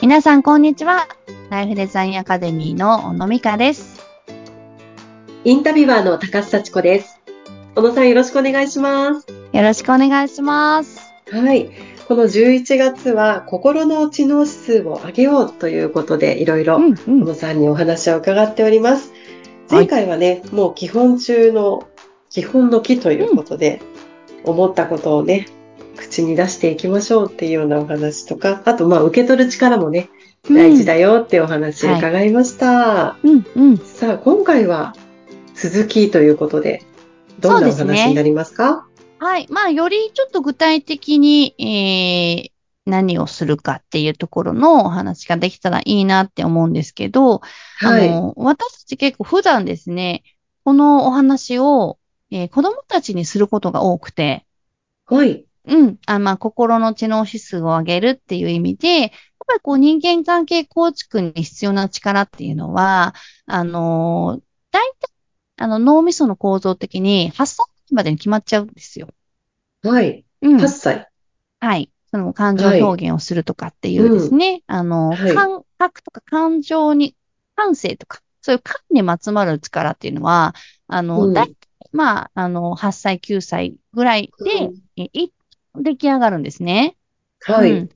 皆さん、こんにちは。ライフデザインアカデミーの小野美香です。インタビュアーの高須幸子です。小野さんよろしくお願いします。よろしくお願いします。はい。この11月は心の知能指数を上げようということでいろいろん、小野さんにお話を伺っております。はい前回はね、もう基本中の基本の木ということで、思ったことをね、口に出していきましょうっていうようなお話とか、あとまあ受け取る力もね、大事だよっていうお話はい伺いました。うん、うん。さあ、今回は続きということで、どんなおそうですね話になりますかはい。まあ、よりちょっと具体的に、えー、何をするかっていうところのお話ができたらいいなって思うんですけど、あはい。の、私たち結構普段ですね、このお話を、えー子供たちにすることが多くて、はい。うん。あ、まあ、心の知能指数を上げるっていう意味で、やっぱりこう人間関係構築に必要な力っていうのは、あのー大体、あの、脳みその構造的に8歳までに決まっちゃうんですよ。はい。うん8。歳。はい。その感情表現をするとかっていうですね、あの、はい感覚とか感情に、感性とか、そういう感にまつまる力っていうのは、あの、うん大体、まあ、あの、8歳、9歳ぐらいで、えい出来上がるんですね。はういん。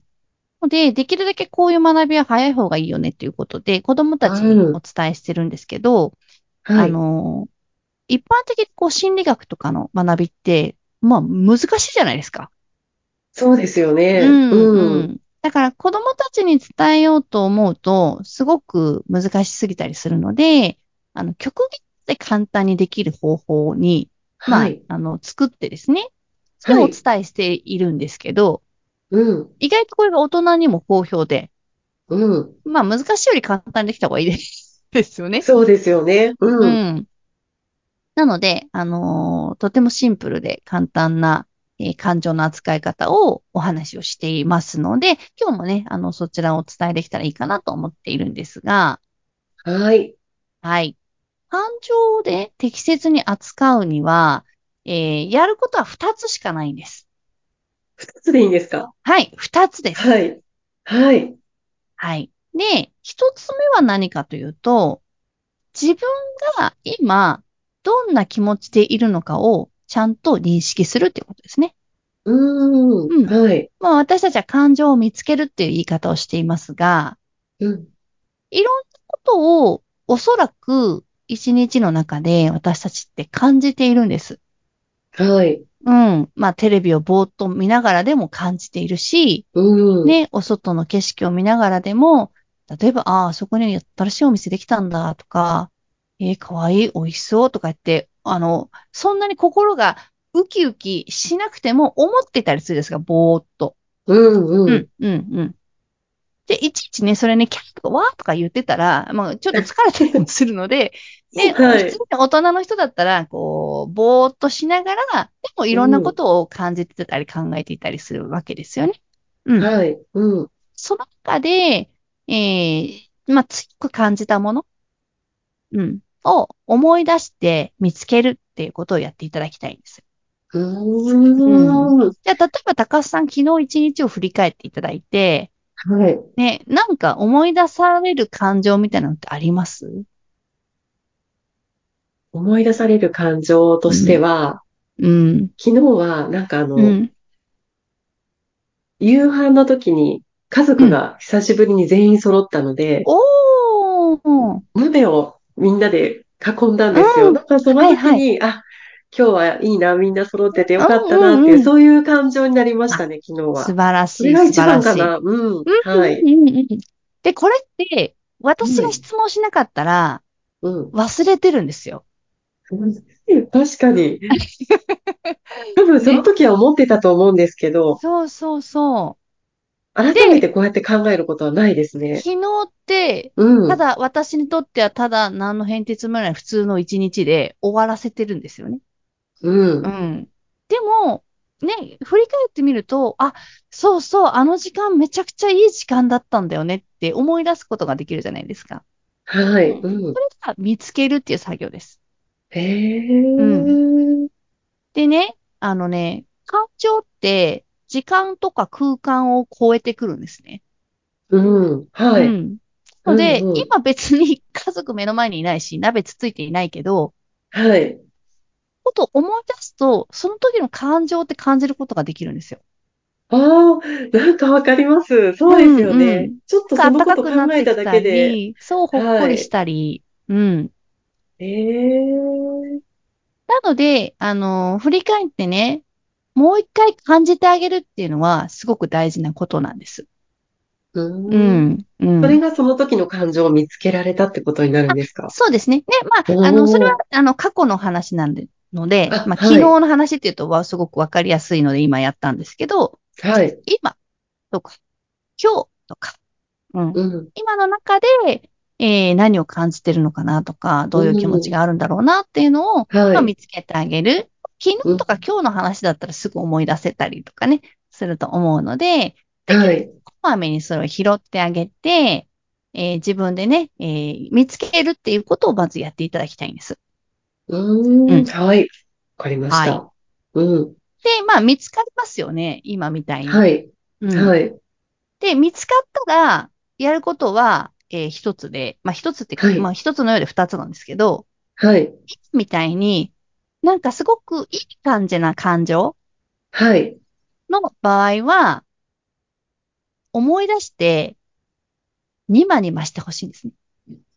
ので、できるだけこういう学びは早い方がいいよねっていうことで、子供たちにお伝えしてるんですけど、はあい。の、一般的にこう心理学とかの学びって、まあ難しいじゃないですか。そうですよね。うん、ううん。ん。だから子供たちに伝えようと思うと、すごく難しすぎたりするので、あの、極限で簡単にできる方法に、まあはい。、あの、作ってですね、それをお伝えしているんですけど、うん。意外とこれが大人にも好評で、うん。まあ、難しいより簡単にできた方がいいです。ですよね。そうですよね。ううん。ん。なので、あのーとてもシンプルで簡単な、えー感情の扱い方をお話をしていますので、今日もね、あの、そちらをお伝えできたらいいかなと思っているんですが、はい。はい。感情をね、適切に扱うには、えーやることは2つしかないんです。 2つでいいんですかはい、2つです。はい。はい。はい。で、一つ目は何かというと、自分が今、どんな気持ちでいるのかをちゃんと認識するってことですね。ううんん。はい。まあ私たちは感情を見つけるっていう言い方をしていますが、うん。いろんなことをおそらく一日の中で私たちって感じているんです。はい。うん。まあテレビをぼーっと見ながらでも感じているし、うん。ね、お外の景色を見ながらでも、例えば、ああ、そこに新しいお店できたんだとか、えー、かわいい、美味しそうとか言って、あの、そんなに心がウキウキしなくても思ってたりするんですが、ぼーっと。ううん。うんん、うん、うん。で、いちいちね、それね、キャーとかわーとか言ってたら、まあ、ちょっと疲れたりもするの で、ね、はい普通に大人の人だったら、こう、ぼーっとしながら、でもいろんなことを感じてたり考えていたりするわけですよね。うん。はい。うん。その中で、えーまあ、強く感じたもの、うん、を思い出して見つけるっていうことをやっていただきたいんですよ。うん。はじゃあ、例えば高須さん、昨日一日を振り返っていただいて、い。ね、なんか思い出される感情みたいなのってあります思い出される感情としては、うん。昨日はなんかあの、うん。夕飯の時に家族が久しぶりに全員揃ったので、おー鍋をみんなで囲んだんですよ。うんだからその時に、はいあ、今日はいいな、みんな揃っててよかったなうんうっていう、んうんそういう感情になりましたね、昨日は。素晴らしそれい、が素一晴ら番しかい。な。うん。うんはい。うんうんうんで、これって、私が質問しなかったら、うん。忘れてるんですよ。確かに。多分その時は思ってたと思うんですけど、そうそうそう。改めてこうやって考えることはないですね。昨日って、うん。ただ私にとってはただ何の変哲もない普通の一日で終わらせてるんですよね。うん。ん。でも、ね、振り返ってみると、あ、そうそう、あの時間めちゃくちゃいい時間だったんだよねって思い出すことができるじゃないですか。はい。うん。それが見つけるっていう作業です。へー。でね、あのね、感情って時間とか空間を超えてくるんですね。うん。はうい。ん。なので、うんうん今別に家族目の前にいないし、鍋つついていないけど、はい。こと思い出すと、その時の感情って感じることができるんですよ。ああ、なんかわかります。そうですようんうねん。ちょっとそ暖のこかとくなっ考てえたきだたけで。り、そう、ほっこりしたり、うん。ええー。なので、あの、振り返ってね、もう一回感じてあげるっていうのは、すごく大事なことなんです。う。うんん。うん。それがその時の感情を見つけられたってことになるんですかそうですね。ね、おまーあ、あの、それは、あの、過去の話なんで、のであ、まあ、は昨い日の話っていうと、わすごくわかりやすいので、今やったんですけど、はい。今とか、今日とか、うん。うん。今の中で、えー何を感じてるのかなとか、どういう気持ちがあるんだろうなっていうのを、まあはい。見つけてあげる。昨日とか今日の話だったらすぐ思い出せたりとかね、すると思うので、はい。こまめにそれを拾ってあげて、えー自分でね、えー見つけるっていうことをまずやっていただきたいんです。ううーんん。はい。わかりました。うん。で、まあ見つかりますよね、今みたいに。はい。うんはい。で、見つかったら、やることは、えー一つで、まあ一つっていうか、はいまあ一つのようで二つなんですけど、はい。みたいに、なんかすごくいい感じな感情はい。の場合は、思い出して、ニマニマしてほしいんですね。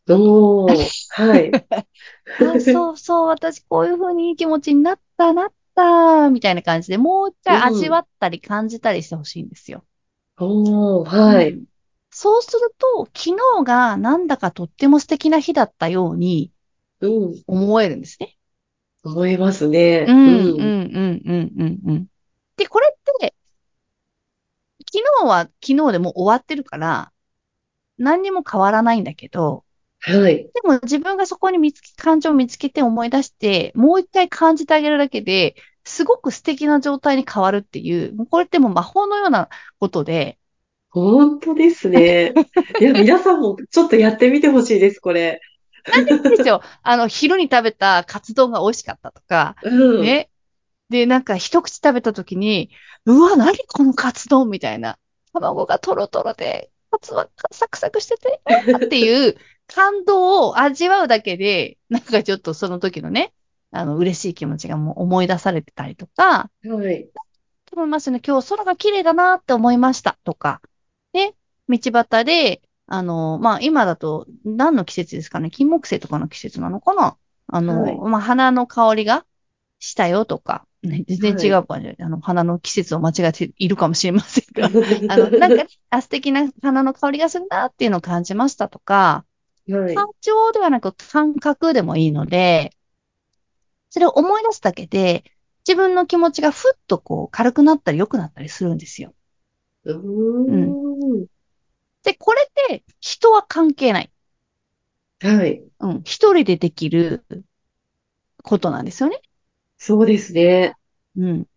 お ー。はい。あ、そうそう、私こういう風にいい気持ちになった、なった、みたいな感じで、もう一回味わったり感じたりしてほしいんですよ。おー。はうい。んそうすると、昨日がなんだかとっても素敵な日だったようにうん。思えるんですね。思いますね。うん、うん、うん、うん、うん、うん。で、これって、昨日は昨日でもう終わってるから、何にも変わらないんだけど、はい。でも自分がそこに見つけ、感情を見つけて思い出して、もう一回感じてあげるだけで、すごく素敵な状態に変わるっていう、もうこれってもう魔法のようなことで、本当で すね。いや、皆さんもちょっとやってみてほしいです、これ。いいですよ。あの、昼に食べたカツ丼が美味しかったとか、うん。ね。で、なんか一口食べた時に、うわ、何このカツ丼みたいな。卵がトロトロで、カツはサクサクして て、うわっていう感動を味わうだけで、なんかちょっとその時のね、あの、嬉しい気持ちがもう思い出されてたりとか、はい。と思いますね。今日空が綺麗だなって思いましたとか、ね、道端で、あの、まあ、今だと何の季節ですかね、金木犀とかの季節なのかなあの、はいまあ、花の香りがしたよとか、ね、全然違はうかもしれない。あの、花の季節を間違えているかもしれません が、 あの、なんか、ね、あ、素敵な花の香りがするなっていうのを感じましたとか、はい。感情ではなく感覚でもいいので、それを思い出すだけで、自分の気持ちがふっとこう軽くなったり良くなったりするんですよ。うーん。で、これって人は関係ない。はい。うん。一人でできることなんですよね。そうですね。うん。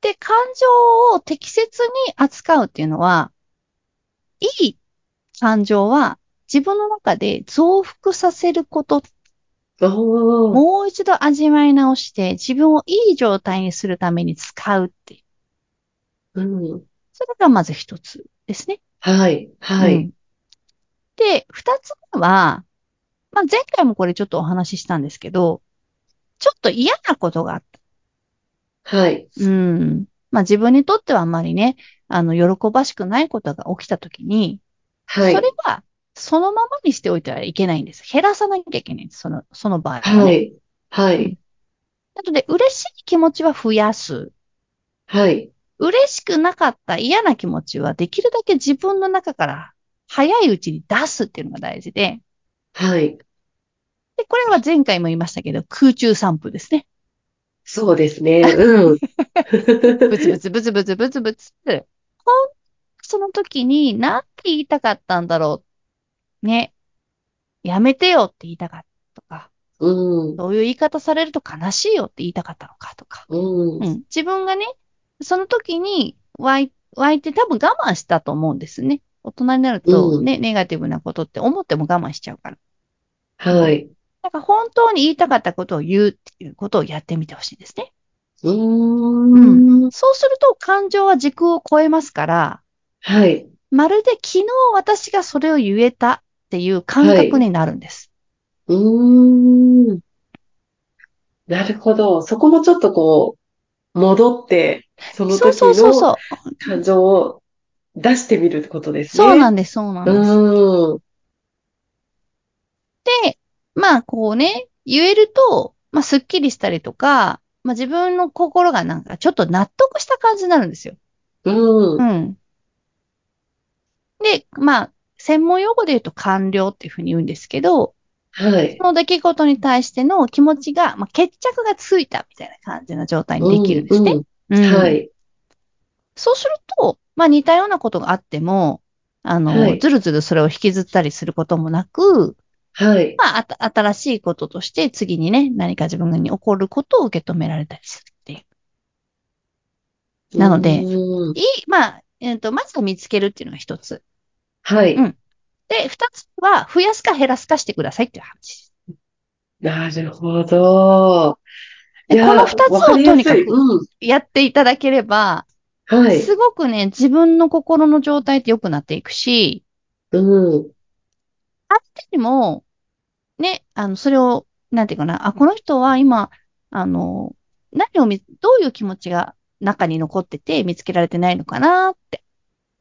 で、感情を適切に扱うっていうのは、いい感情は自分の中で増幅させることおー。もう一度味わい直して、自分をいい状態にするために使うっていう。うん。それがまず一つですね。はい。はうい。んで、二つ目は、まあ、前回もこれちょっとお話ししたんですけど、ちょっと嫌なことがあった。はい。うん。まあ、自分にとってはあんまりね、あの、喜ばしくないことが起きたときに、はい。それは、そのままにしておいてはいけないんです。減らさなきゃいけないんです。その、その場合はね、はい。はい。なので、嬉しい気持ちは増やす。はい。嬉しくなかった嫌な気持ちはできるだけ自分の中から早いうちに出すっていうのが大事で、はい。で、これは前回も言いましたけど、空中散布ですね。そうで すね。うん。ブツブツブツブツブツブツ。ほん、その時に何て言いたかったんだろう。ね。やめてよって言いたかったとか、うん。どういう言い方されると悲しいよって言いたかったのかとか。うんう。ん。自分がね、その時に湧い湧いて多分我慢したと思うんですね。大人になるとうんね、ネガティブなことって思っても我慢しちゃうから。はい。だから本当に言いたかったことを言うっていうことをやってみてほしいですね。うーん。そうすると感情は時空を超えますから、はい。まるで昨日私がそれを言えたっていう感覚になるんです。うーん。なるほど。そこもちょっとこう、戻って、そのそう時そうそうのそう。感情を出してみるってことですね。そうなんです、そうなんです。うーん。で、まあこうね、言えると、まあスッキリしたりとか、まあ自分の心がなんかちょっと納得した感じになるんですよ。うん。う。うんで、まあ、専門用語で言うと完了っていうふうに言うんですけど、はいそ。の出来事に対しての気持ちが、まあ、決着がついたみたいな感じの状態にできるんですね。うんうんうんはい。そうすると、まあ似たようなことがあっても、あの、はいずるずるそれを引きずったりすることもなく、はい。まあ、あた新しいこととして次にね、何か自分に起こることを受け止められたりするっていう。なのでうんいい、まあ、えっ、と、まずは見つけるっていうのが一つ。はい。うんで、二つは増やすか減らすかしてくださいっていう話。なるほど。いでやーこの二つをわかりやすいとにかくうん。やっていただければ、はい。すごくね、自分の心の状態って良くなっていくし、うん。相手にも、ね、あの、それを、なんていうかな、あ、この人は今、あの、何を見、どういう気持ちが中に残ってて見つけられてないのかなって。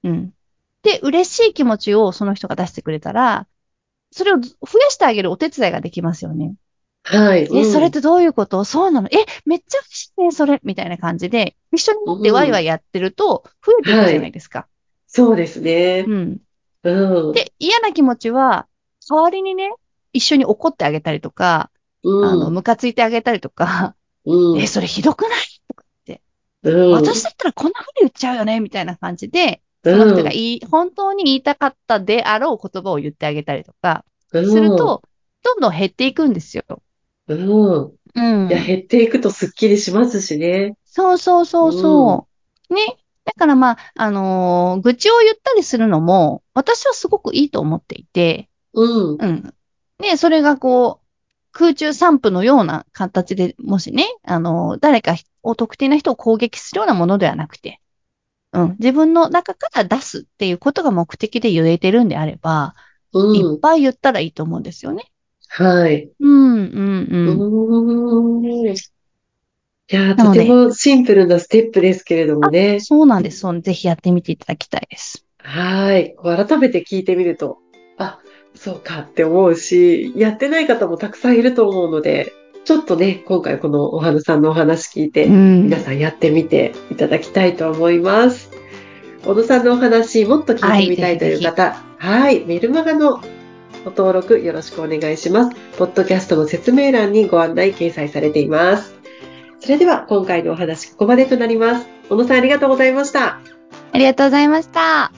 うん。で、嬉しい気持ちをその人が出してくれたら、それをず増やしてあげるお手伝いができますよね。はい。え、うんそれってどういうことそうなのえ、めっちゃ嬉しいね、それみたいな感じで、一緒になってワイワイやってると、増えていくじゃないですか。そうですね。うん。うん。で、嫌な気持ちは、代わりにね、一緒に怒ってあげたりとか、うん、あの、ムカついてあげたりとか、うんえ、それひどくないとか、うん、私だったらこんな風に言っちゃうよねみたいな感じで、うそんの人が言い、本当に言いたかったであろう言葉を言ってあげたりとか、うんすると、どんどん減っていくんですよ。うん。うんいや、減っていくとスッキリしますしね。そうそうそうそう。ね。だからまあ、あのー愚痴を言ったりするのも、私はすごくいいと思っていて、うん。うん。ね、それがこう、空中散布のような形で、もしね、あの、誰かを特定な人を攻撃するようなものではなくて、うん、自分の中から出すっていうことが目的で言えてるんであれば、ういっん。ぱい言ったらいいと思うんですよね。はい。うん、うん、うん。うーん。いや、なのとでてもシンプルなステップですけれどもね。そうなんです。そうぜひやってみていただきたいです。はい。こう改めて聞いてみると、あ、そうかって思うし、やってない方もたくさんいると思うので、ちょっとね、今回このお花さんのお話聞いて、うん。皆さんやってみていただきたいと思います。小野さんのお話もっと聞いてみたいという方、はい、メルマガのご登録よろしくお願いします。ポッドキャストの説明欄にご案内掲載されています。それでは今回のお話ここまでとなります。小野さんありがとうございました。ありがとうございました。